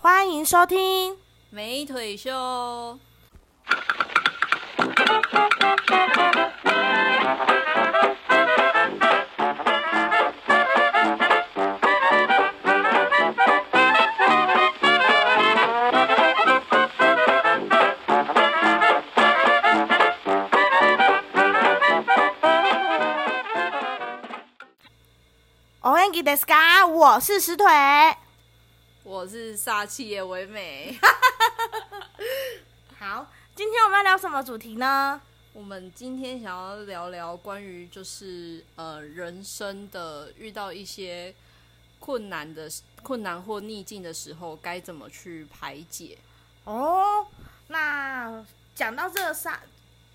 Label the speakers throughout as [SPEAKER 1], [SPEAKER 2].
[SPEAKER 1] 欢迎收听。
[SPEAKER 2] 美腿秀，
[SPEAKER 1] Orange d e s k a 我是石腿。
[SPEAKER 2] 我是煞气也唯美。
[SPEAKER 1] 好，今天我们要聊什么主题呢？
[SPEAKER 2] 我们今天想要聊聊关于就是呃人生的遇到一些困难的困难或逆境的时候，该怎么去排解？
[SPEAKER 1] 哦，那讲到这个煞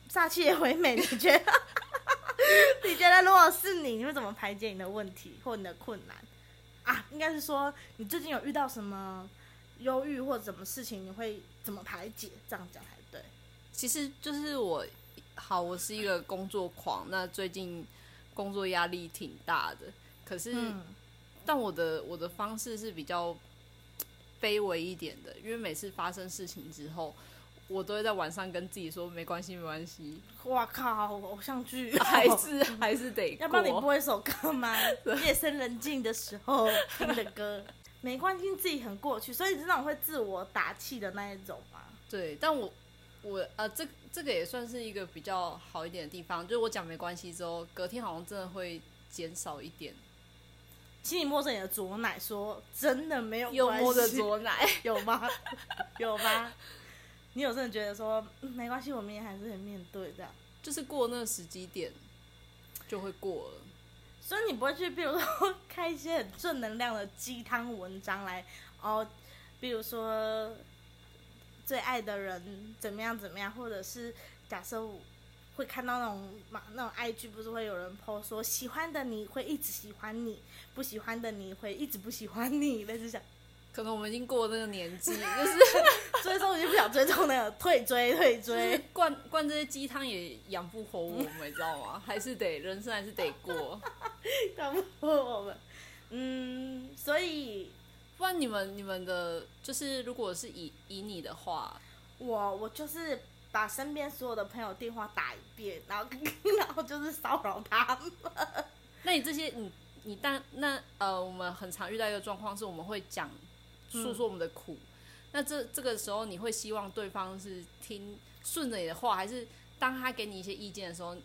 [SPEAKER 1] 煞气也为美，你 觉得？你觉得如果是你，你会怎么排解你的问题或你的困难啊？应该是说你最近有遇到什么忧郁或什么事情，你会怎么排解？这样讲才对。
[SPEAKER 2] 其实就是我好，我是一个工作狂，那最近工作压力挺大的，可是、
[SPEAKER 1] 嗯，
[SPEAKER 2] 但我的我的方式是比较卑微一点的，因为每次发生事情之后，我都会在晚上跟自己说没关系，没 关系，
[SPEAKER 1] 哇靠，偶像剧
[SPEAKER 2] 还是还是得
[SPEAKER 1] 要帮你
[SPEAKER 2] 过。
[SPEAKER 1] 播一首歌吗？夜深人静的时候听的歌，没关系，自己很过去，所以你是那种会自我打气的那一种吗？
[SPEAKER 2] 对，但我我呃，这这个也算是一个比较好一点的地方，就是我讲没关系之后，隔天好像真的会减少一点，
[SPEAKER 1] 请你摸着你的左奶说，真的没有
[SPEAKER 2] 又
[SPEAKER 1] 关系，
[SPEAKER 2] 摸着左奶，
[SPEAKER 1] 有吗？有吗？你有真的觉得说、嗯没关系，我们也还是很面对这样，
[SPEAKER 2] 就是过那个时机点就会过了。
[SPEAKER 1] 所以你不会去，比如说看一些很正能量的鸡汤文章来哦，比如说最爱的人怎么样怎么样，或者是假设我会看到那种嘛那种 IG 不是会有人 po 说喜欢的你会一直喜欢你，不喜欢的你会一直不喜欢你，类似这样。
[SPEAKER 2] 可能我们已经过了那个年纪，就是
[SPEAKER 1] 追踪我就不想追踪那个， 退追退
[SPEAKER 2] 就是
[SPEAKER 1] 追。
[SPEAKER 2] 灌灌这些鸡汤也养不活我们，你知道 吗？还是得人生还是得过，
[SPEAKER 1] 打不过我们。嗯，所以
[SPEAKER 2] 不然你们你们的就是如果是以以你的话，
[SPEAKER 1] 我我就是把身边所有的朋友电话打一遍，然后 然后就是骚扰他们。
[SPEAKER 2] 那你这些你你但那呃，我们很常遇到一个状况是，我们会讲诉说我们的苦。
[SPEAKER 1] 嗯
[SPEAKER 2] 那这这个时候，你会希望对方是听顺着你的话，还是当他给你一些意见的时候，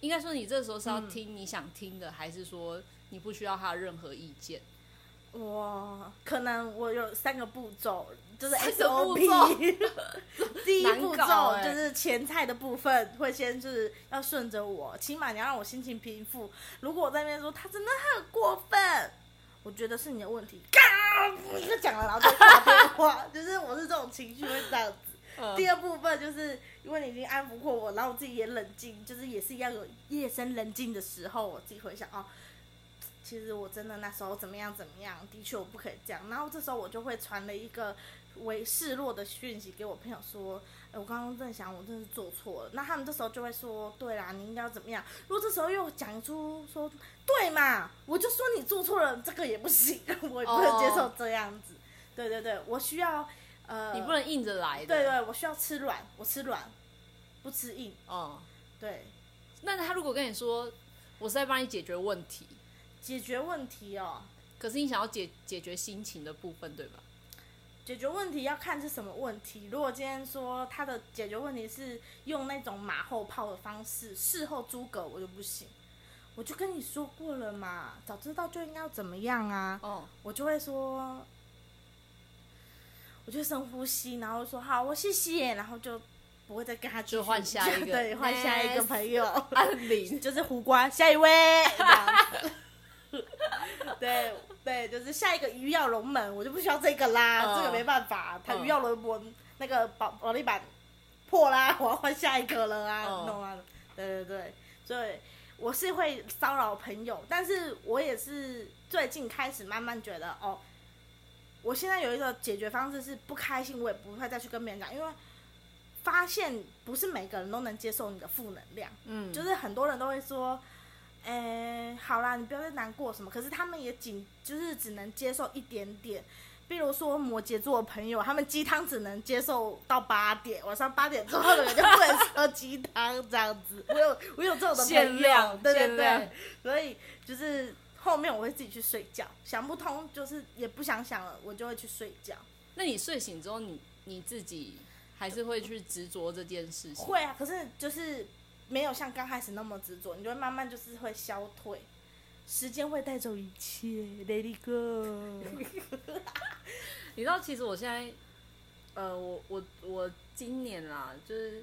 [SPEAKER 2] 应该说你这时候是要
[SPEAKER 1] 嗯
[SPEAKER 2] 听你想听的，还是说你不需要他任何意见？
[SPEAKER 1] 我可能我有三个步骤，就是
[SPEAKER 2] 三个步骤
[SPEAKER 1] SOP。第一
[SPEAKER 2] 难
[SPEAKER 1] 步
[SPEAKER 2] 搞
[SPEAKER 1] 骤
[SPEAKER 2] 欸
[SPEAKER 1] 就是前菜的部分，会先就是要顺着我，起码你要让我心情平复。如果我在那边说他真的很过分，我觉得是你的问题， 嘎，我就讲了，然后就挂电话，就是我是这种情绪会这样子。
[SPEAKER 2] 呃
[SPEAKER 1] 第二部分就是，因为你已经安抚过我，然后我自己也冷静，就是也是一样有夜深人静的时候，我自己回想哦，其实我真的那时候怎么样怎么样，的确我不可以这样。然后这时候我就会传了一个为示弱的讯息给我朋友说，哎、我刚刚正想，我真的是做错了。那他们这时候就会说，对啦，你应该要怎么样。如果这时候又讲出说，对嘛，我就说你做错了，这个也不行，我也不能接受这样子。对对对，我需要呃，
[SPEAKER 2] 你不能硬着来的。
[SPEAKER 1] 对对，我需要吃软，我吃软，不吃硬。
[SPEAKER 2] 嗯，
[SPEAKER 1] 对，
[SPEAKER 2] 那他如果跟你说我是在帮你解决问题，
[SPEAKER 1] 解决问题哦，
[SPEAKER 2] 可是你想要解解决心情的部分，对吧？
[SPEAKER 1] 解决问题要看是什么问题。如果今天说他的解决问题是用那种马后炮的方式，事后诸葛，我就不行。我就跟你说过了嘛，早知道就应该要怎么样啊。
[SPEAKER 2] 哦，
[SPEAKER 1] 我就会说，我就深呼吸，然后说好，我谢谢，然后就不会再跟他继续
[SPEAKER 2] 就换下一个
[SPEAKER 1] 对，换下一个
[SPEAKER 2] Next
[SPEAKER 1] 朋友。
[SPEAKER 2] 安林，
[SPEAKER 1] 就是胡瓜，下一位。这样子 对对，就是下一个鱼跃龙门，我就不需要这个啦，
[SPEAKER 2] 嗯
[SPEAKER 1] 这个没办法，他
[SPEAKER 2] 嗯
[SPEAKER 1] 鱼跃龙门那个保保利板破啦， 我要换下一个了啊，
[SPEAKER 2] 嗯
[SPEAKER 1] 弄啊，对对对，所以我是会骚扰朋友，但是我也是最近开始慢慢觉得哦，我现在有一个解决方式是不开心，我也不会再去跟别人讲，因为发现不是每个人都能接受你的负能量。
[SPEAKER 2] 嗯，
[SPEAKER 1] 就是很多人都会说，诶、好啦，你不要再难过什么。可是他们也仅就是只能接受一点点，比如说摩羯座的朋友，他们鸡汤只能接受到八点，晚上八点之后的人就不能喝鸡汤这样子。我有我有这种的
[SPEAKER 2] 限
[SPEAKER 1] 朋
[SPEAKER 2] 量
[SPEAKER 1] 友，对对
[SPEAKER 2] 限量
[SPEAKER 1] 对，所以就是后面我会自己去睡觉，想不通就是也不想想了，我就会去睡觉。
[SPEAKER 2] 那你睡醒之后你，你自己还是会去执着这件事情？
[SPEAKER 1] 会啊，可是就是没有像刚开始那么执着，你就会慢慢就是会消退，时间会带走一切，Let it go。
[SPEAKER 2] 你知道，其实我现在，呃，我我我今年啦，就是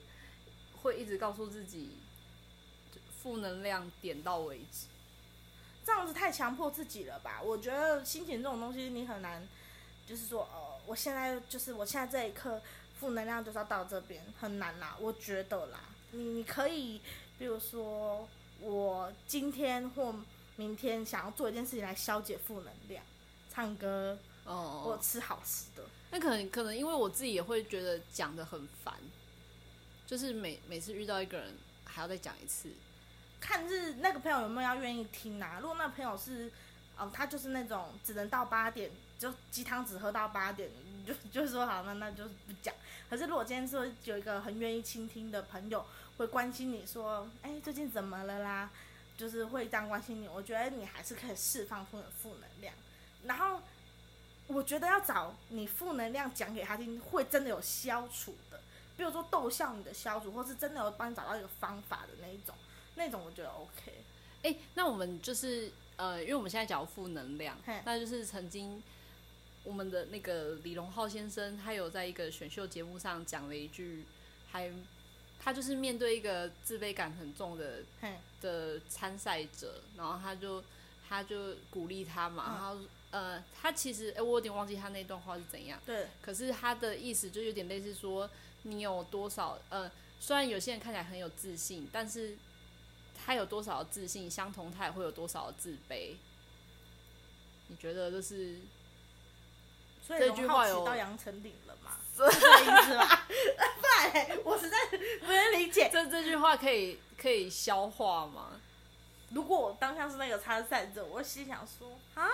[SPEAKER 2] 会一直告诉自己，就负能量点到为止。
[SPEAKER 1] 这样子太强迫自己了吧？我觉得心情这种东西，你很难，就是说，哦，我现在就是我现在这一刻负能量就是要到这边，很难啦，我觉得啦。你你可以，比如说我今天或明天想要做一件事情来消解负能量，唱歌或
[SPEAKER 2] 哦、
[SPEAKER 1] 吃好吃的。
[SPEAKER 2] 那可能可能因为我自己也会觉得讲的很烦，就是每每次遇到一个人还要再讲一次。
[SPEAKER 1] 看是那个朋友有没有要愿意听啊。如果那个朋友是，哦，他就是那种只能到八点，就鸡汤只喝到八点，你就就说好，那那就不讲。可是如果今天说有一个很愿意倾听的朋友，会关心你说，哎、最近怎么了啦？就是会这样关心你，我觉得你还是可以释放负负能量。然后，我觉得要找你负能量讲给他听，会真的有消除的。比如说逗笑你的消除，或是真的有帮你找到一个方法的那一种。那种我觉得 OK。
[SPEAKER 2] 哎、那我们就是呃，因为我们现在讲负能量
[SPEAKER 1] 嘿，
[SPEAKER 2] 那就是曾经我们的那个李荣浩先生，他有在一个选秀节目上讲了一句，还他就是面对一个自卑感很重的
[SPEAKER 1] 嘿，
[SPEAKER 2] 的参赛者，然后他就他就鼓励他嘛，
[SPEAKER 1] 嗯
[SPEAKER 2] 然后呃，他其实哎、我有点忘记他那段话是怎样。
[SPEAKER 1] 对，
[SPEAKER 2] 可是他的意思就有点类似说，你有多少呃，虽然有些人看起来很有自信，但是他有多少自信，相同他也会有多少自卑。你觉得就是
[SPEAKER 1] 所以
[SPEAKER 2] 这句
[SPEAKER 1] 荣浩
[SPEAKER 2] 话
[SPEAKER 1] 骑
[SPEAKER 2] 有
[SPEAKER 1] 到杨丞琳了 嘛？是这个意思吧？不然嘞我实在不能理解。
[SPEAKER 2] 这这句话可以可以消化吗？
[SPEAKER 1] 如果我当下是那个参赛者，我心想说啊，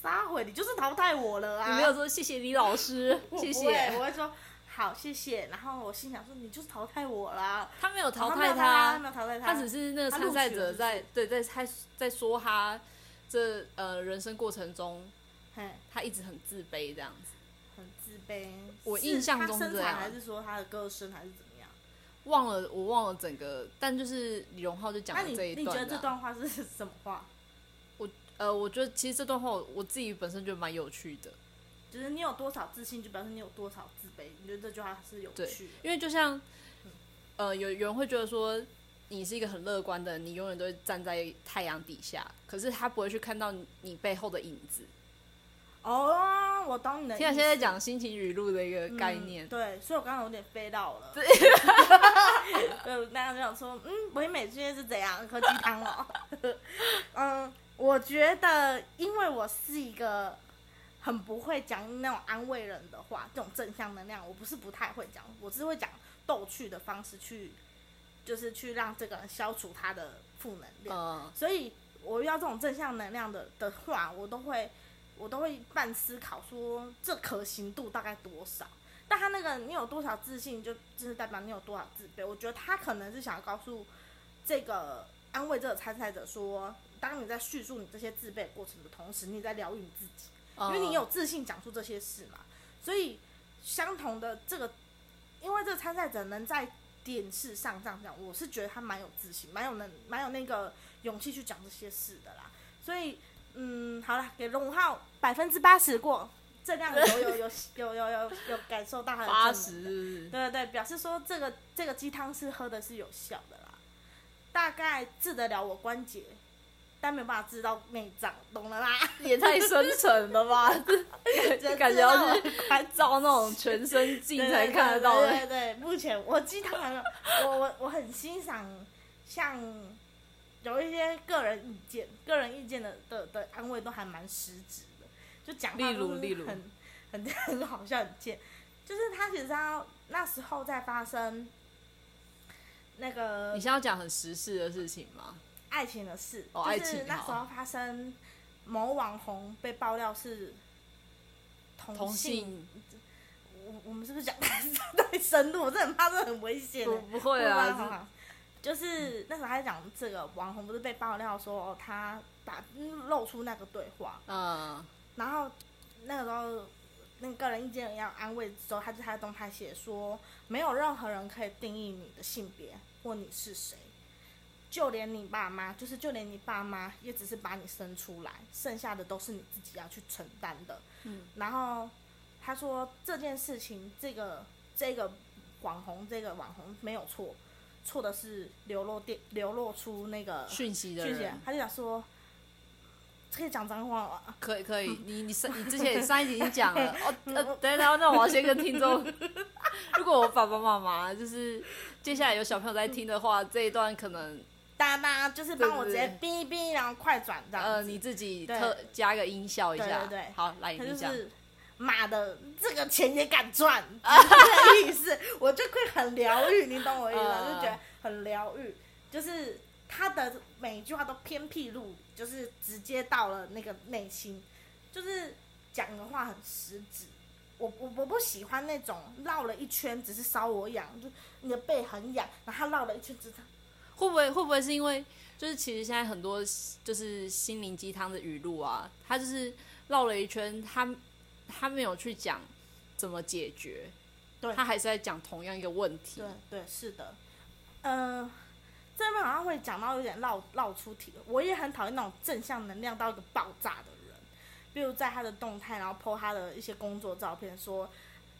[SPEAKER 1] 撒回你就是淘汰我了啊！
[SPEAKER 2] 你没有说谢谢李老师，
[SPEAKER 1] 我不
[SPEAKER 2] 谢
[SPEAKER 1] 会
[SPEAKER 2] 谢
[SPEAKER 1] 我会说好谢谢。然后我心想说你就是淘汰我啦，
[SPEAKER 2] 他没有淘
[SPEAKER 1] 没
[SPEAKER 2] 汰
[SPEAKER 1] 有他，
[SPEAKER 2] 他，
[SPEAKER 1] 没有淘汰
[SPEAKER 2] 他只是那个
[SPEAKER 1] 他
[SPEAKER 2] 参
[SPEAKER 1] 录
[SPEAKER 2] 赛
[SPEAKER 1] 取了
[SPEAKER 2] 者
[SPEAKER 1] 是不
[SPEAKER 2] 在对在在在说他这呃人生过程中
[SPEAKER 1] 嘿
[SPEAKER 2] 他一直很自卑这样子。
[SPEAKER 1] 很自卑。
[SPEAKER 2] 我
[SPEAKER 1] 是
[SPEAKER 2] 印象中
[SPEAKER 1] 他身
[SPEAKER 2] 这
[SPEAKER 1] 材
[SPEAKER 2] 样
[SPEAKER 1] 还是说他的歌声还是怎么样？
[SPEAKER 2] 忘了，我忘了整个，但就是李荣浩就讲
[SPEAKER 1] 那
[SPEAKER 2] 了
[SPEAKER 1] 你
[SPEAKER 2] 这一
[SPEAKER 1] 你觉
[SPEAKER 2] 段啦。
[SPEAKER 1] 得这段话是什么话？
[SPEAKER 2] 呃，我觉得其实这段话我我自己本身觉得蛮有趣的，
[SPEAKER 1] 就是你有多少自信，就表示你有多少自卑。你觉得这句话是有
[SPEAKER 2] 对
[SPEAKER 1] 趣的？
[SPEAKER 2] 因为就像呃，有有人会觉得说你是一个很乐观的人，你永远都会站在太阳底下，可是他不会去看到你你背后的影子。
[SPEAKER 1] 哦，我懂你的意思。
[SPEAKER 2] 听啊，现在讲心情语录的一个概念
[SPEAKER 1] 嗯，对，所以我刚刚有点飞到了。对， 我刚刚就想说，嗯，唯美现在是怎样喝鸡汤了？ 嗯，我觉得，因为我是一个很不会讲那种安慰人的话，这种正向能量，我不是不太会讲，我是会讲逗趣的方式去，就是去让这个人消除他的负能量。
[SPEAKER 2] 呃，
[SPEAKER 1] 所以我遇到这种正向能量的的话，我都会我都会半思考说这可行度大概多少。但他那个你有多少自信，就就是代表你有多少自卑。我觉得他可能是想要告诉这个安慰这个参赛者说，当你在叙述你这些自卑的过程的同时，你也在疗愈你自己。
[SPEAKER 2] 呃
[SPEAKER 1] 因为你有自信讲出这些事嘛，所以相同的这个，因为这个参赛者能在电视上这样讲，我是觉得他蛮有自信，蛮有能，蛮有那个勇气去讲这些事的啦。所以，嗯，好了，给龙浩百分之八十过，这量有有有有有有有感受到他的
[SPEAKER 2] 八
[SPEAKER 1] 正能量
[SPEAKER 2] 十，
[SPEAKER 1] 对对对，表示说这个这个鸡汤是喝的是有效的啦，大概治得了我关节，但没有办法治到内脏，懂了啦。
[SPEAKER 2] 也太深沉了 吧？这感觉要是
[SPEAKER 1] 还
[SPEAKER 2] 照那种全身镜才看得到
[SPEAKER 1] 对对
[SPEAKER 2] 的。
[SPEAKER 1] 对，目前我鸡汤还没有，我我我很欣赏像有一些个人意见，个人意见的的的安慰都还蛮实质的，就讲话
[SPEAKER 2] 例如
[SPEAKER 1] 就是
[SPEAKER 2] 例如
[SPEAKER 1] 很很 很好笑很贱，就是他其实要那时候在发生那个
[SPEAKER 2] 你现在要讲很时事的事情吗？
[SPEAKER 1] 爱情的事，
[SPEAKER 2] 哦
[SPEAKER 1] 就
[SPEAKER 2] 爱
[SPEAKER 1] 是
[SPEAKER 2] 情
[SPEAKER 1] 那时
[SPEAKER 2] 好
[SPEAKER 1] 候发生某网红被爆料是同
[SPEAKER 2] 同
[SPEAKER 1] 性，
[SPEAKER 2] 性
[SPEAKER 1] 我我们是不是讲太 深入？我真的很怕这很危险欸。
[SPEAKER 2] 不不会
[SPEAKER 1] 不然
[SPEAKER 2] 啊，
[SPEAKER 1] 好
[SPEAKER 2] 这
[SPEAKER 1] 好就是那时候他在讲这个网红不是被爆料说哦，他把嗯露出那个对话，
[SPEAKER 2] 嗯
[SPEAKER 1] 然后那个时候那个个人意见要安慰之后，他就他的动态写说，没有任何人可以定义你的性别或你是谁，就连你爸妈，就是就连你爸妈也只是把你生出来，剩下的都是你自己要去承担的。
[SPEAKER 2] 嗯，
[SPEAKER 1] 然后他说这件事情，这个这个网红，这个网红没有错，错的是流落电流落出那个
[SPEAKER 2] 讯息的
[SPEAKER 1] 讯息啊
[SPEAKER 2] 人，，
[SPEAKER 1] 他就想说。可以讲脏话吗？
[SPEAKER 2] 可以可以，你你上你之前上一集已经 讲了哦，呃，等一下，那我要先跟听众，如果我爸爸妈妈就是接下来有小朋友在听的话，这一段可能
[SPEAKER 1] 哒哒，就是帮我直
[SPEAKER 2] 对
[SPEAKER 1] 接
[SPEAKER 2] 对
[SPEAKER 1] 哔哔，然后快转这样
[SPEAKER 2] 呃
[SPEAKER 1] 子。
[SPEAKER 2] 你自己
[SPEAKER 1] 对
[SPEAKER 2] 特加一个音效一下，
[SPEAKER 1] 对对对
[SPEAKER 2] 好，来
[SPEAKER 1] 他
[SPEAKER 2] 你
[SPEAKER 1] 就
[SPEAKER 2] 讲，
[SPEAKER 1] 是妈的，这个钱也敢 赚，就是这个意思，我就会很疗愈，你懂我意 思吗？
[SPEAKER 2] 嗯
[SPEAKER 1] 就觉得很疗愈，就是他的每一句话都偏僻路，就是直接到了那个内心，就是讲的话很实质。我我我不喜欢那种绕了一圈只是搔我痒，就你的背很痒，然后他绕了一圈只是
[SPEAKER 2] 会不会会不会是因为就是其实现在很多就是心灵鸡汤的语录啊，他就是绕了一圈，他他没有去讲怎么解决，
[SPEAKER 1] 对
[SPEAKER 2] 他还是在讲同样一个问题
[SPEAKER 1] 对，对，是的。嗯、这边好像会讲到有点绕绕出题了。我也很讨厌那种正向能量到一个爆炸的人，比如在他的动态，然后 po 他的一些工作照片，说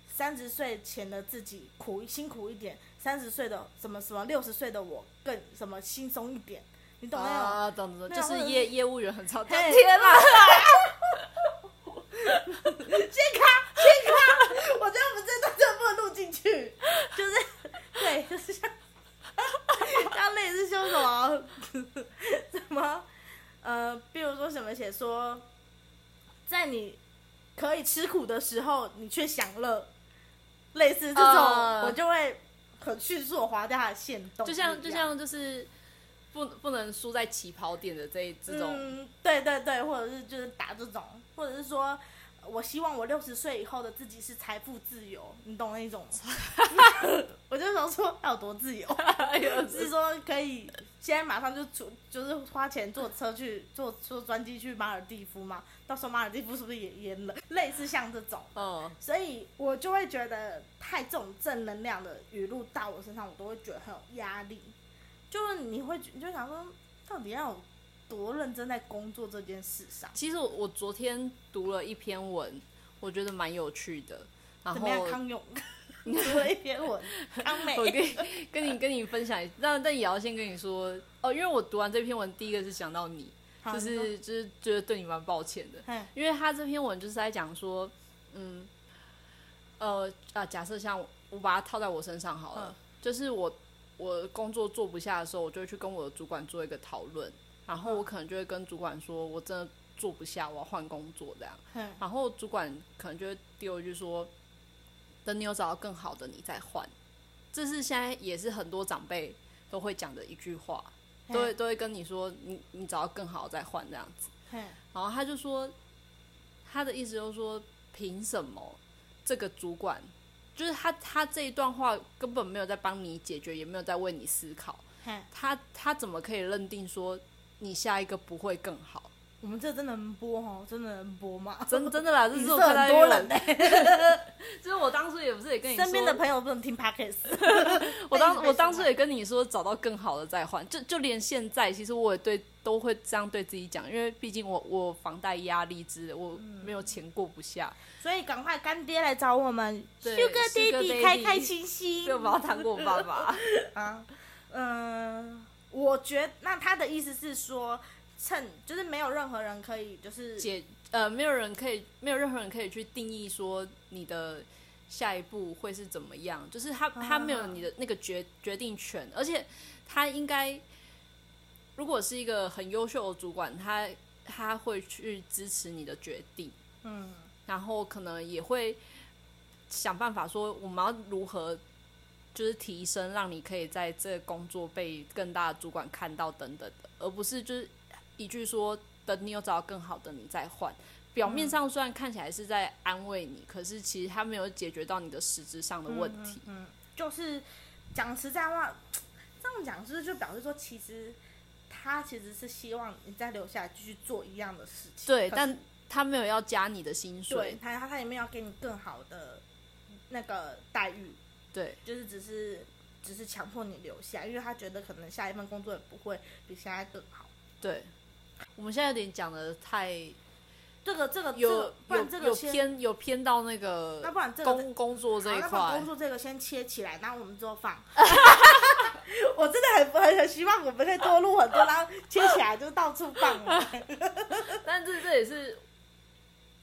[SPEAKER 1] 三十岁前的自己苦辛苦一点，三十岁的什么什么，六十岁的我更什么轻松一点，你懂那种？
[SPEAKER 2] 啊，懂懂，
[SPEAKER 1] 那
[SPEAKER 2] 就
[SPEAKER 1] 或者
[SPEAKER 2] 是
[SPEAKER 1] 是
[SPEAKER 2] 业业务员很超
[SPEAKER 1] 嘿
[SPEAKER 2] 天啊啦，
[SPEAKER 1] 我觉得我们这段真的不能录进去，就是对，就是像像类似凶什么什么呃，比如说什么写说，在你可以吃苦的时候，你却享乐，类似这种，
[SPEAKER 2] 呃
[SPEAKER 1] 我就会很迅速地划掉它的线动，
[SPEAKER 2] 就像就像就是不不能输在起跑点的这一这种，
[SPEAKER 1] 嗯，对对对，或者是就是打这种，或者是说。我希望我六十岁以后的自己是财富自由，你懂那种？我就想说要有多自由，啊
[SPEAKER 2] 哎呦
[SPEAKER 1] 是说可以现在马上就出，就是花钱坐车去坐坐专机去马尔蒂夫嘛？到时候马尔蒂夫是不是也淹了？类似像这种，
[SPEAKER 2] 嗯，
[SPEAKER 1] 所以我就会觉得太这种正能量的语录到我身上，我都会觉得很有压力。就是你会你就想说，到底要有多认真在工作这件事上？
[SPEAKER 2] 其实我我昨天读了一篇文，我觉得蛮有趣的，然
[SPEAKER 1] 怎么样，
[SPEAKER 2] 后
[SPEAKER 1] 康 永？读了一篇文，康美
[SPEAKER 2] 我跟你跟你跟你分享一，但但也要先跟你说哦，因为我读完这篇文，第一个是想到你，
[SPEAKER 1] 好
[SPEAKER 2] 就
[SPEAKER 1] 你说
[SPEAKER 2] 是就是觉得对你蛮抱歉的，
[SPEAKER 1] 嘿
[SPEAKER 2] 因为他这篇文就是在讲说，嗯，呃啊，假设像我我把它套在我身上好了，
[SPEAKER 1] 嗯
[SPEAKER 2] 就是我我工作做不下的时候，我就会去跟我的主管做一个讨论，然
[SPEAKER 1] 嗯
[SPEAKER 2] 后我可能就会跟主管说，我真的做不下，我要换工作这样。
[SPEAKER 1] 嘿
[SPEAKER 2] 然后主管可能就会丢一句说：“等你有找到更好的，你再换。”这是现在也是很多长辈都会讲的一句话，
[SPEAKER 1] 嘿
[SPEAKER 2] 都会都会跟你说：“你你找到更好再换这样子。
[SPEAKER 1] 嘿，”
[SPEAKER 2] 然后他就说，他的意思就是说，凭什么这个主管就是他他这一段话根本没有在帮你解决，也没有在为你思考，
[SPEAKER 1] 嘿，
[SPEAKER 2] 他他怎么可以认定说你下一个不会更好？
[SPEAKER 1] 我们这真的能播哦， 真的能播吗？
[SPEAKER 2] 真真的啦，这
[SPEAKER 1] 你
[SPEAKER 2] 是
[SPEAKER 1] 是
[SPEAKER 2] 我看到
[SPEAKER 1] 哦很多
[SPEAKER 2] 一个
[SPEAKER 1] 人嘞、
[SPEAKER 2] 就是我当初也不是也跟你说，
[SPEAKER 1] 身边的朋友不能听 podcast，
[SPEAKER 2] 我当
[SPEAKER 1] 被被
[SPEAKER 2] 我当初
[SPEAKER 1] 伤害
[SPEAKER 2] 也跟你说找到更好的再换，就就连现在，其实我也对都会这样对自己讲，因为毕竟我我房贷压力之类，我没有钱过不下，
[SPEAKER 1] 所以赶快干爹来找我们
[SPEAKER 2] 对
[SPEAKER 1] ，Sugar Daddy
[SPEAKER 2] Sugar Daddy
[SPEAKER 1] 开开心心
[SPEAKER 2] 所以我要糖果爸爸。
[SPEAKER 1] 啊。嗯、我觉那他的意思是说，趁就是没有任何人可以就是
[SPEAKER 2] 解呃，没有人可以，没有任何人可以去定义说你的下一步会是怎么样，就是他他没有你的那个决决定权，而且他应该如果是一个很优秀的主管，他他会去支持你的决定，
[SPEAKER 1] 嗯，
[SPEAKER 2] 然后可能也会想办法说我们要如何。就是提升，让你可以在这个工作被更大的主管看到等等的，而不是就是一句说等你有找到更好的你再换，表
[SPEAKER 1] 嗯
[SPEAKER 2] 面上虽然看起来是在安慰你，可是其实他没有解决到你的实质上的
[SPEAKER 1] 嗯
[SPEAKER 2] 问题。
[SPEAKER 1] 就是讲实在话，这样讲是不是就表示说，其实他其实是希望你再留下来继续做一样的事情。
[SPEAKER 2] 对，
[SPEAKER 1] 可是
[SPEAKER 2] 但他没有要加你的薪
[SPEAKER 1] 对
[SPEAKER 2] 水。
[SPEAKER 1] 他他他也没有要给你更好的那个待遇，
[SPEAKER 2] 对
[SPEAKER 1] 就是只是只是强迫你留下，因为他觉得可能下一份工作也不会比现在更好。
[SPEAKER 2] 对，我们现在有点讲的太
[SPEAKER 1] 这个这个哦这
[SPEAKER 2] 有
[SPEAKER 1] 个，不
[SPEAKER 2] 有
[SPEAKER 1] 然这
[SPEAKER 2] 有
[SPEAKER 1] 个先，
[SPEAKER 2] 偏有偏到那
[SPEAKER 1] 那
[SPEAKER 2] 个
[SPEAKER 1] 不然这个
[SPEAKER 2] 工工作这一
[SPEAKER 1] 好那把
[SPEAKER 2] 块
[SPEAKER 1] 工。作这个先切起来，然后我们之后 放。我真的很很很希望我们可以多录很多，然后切起来就到处放了。
[SPEAKER 2] 但是这也是，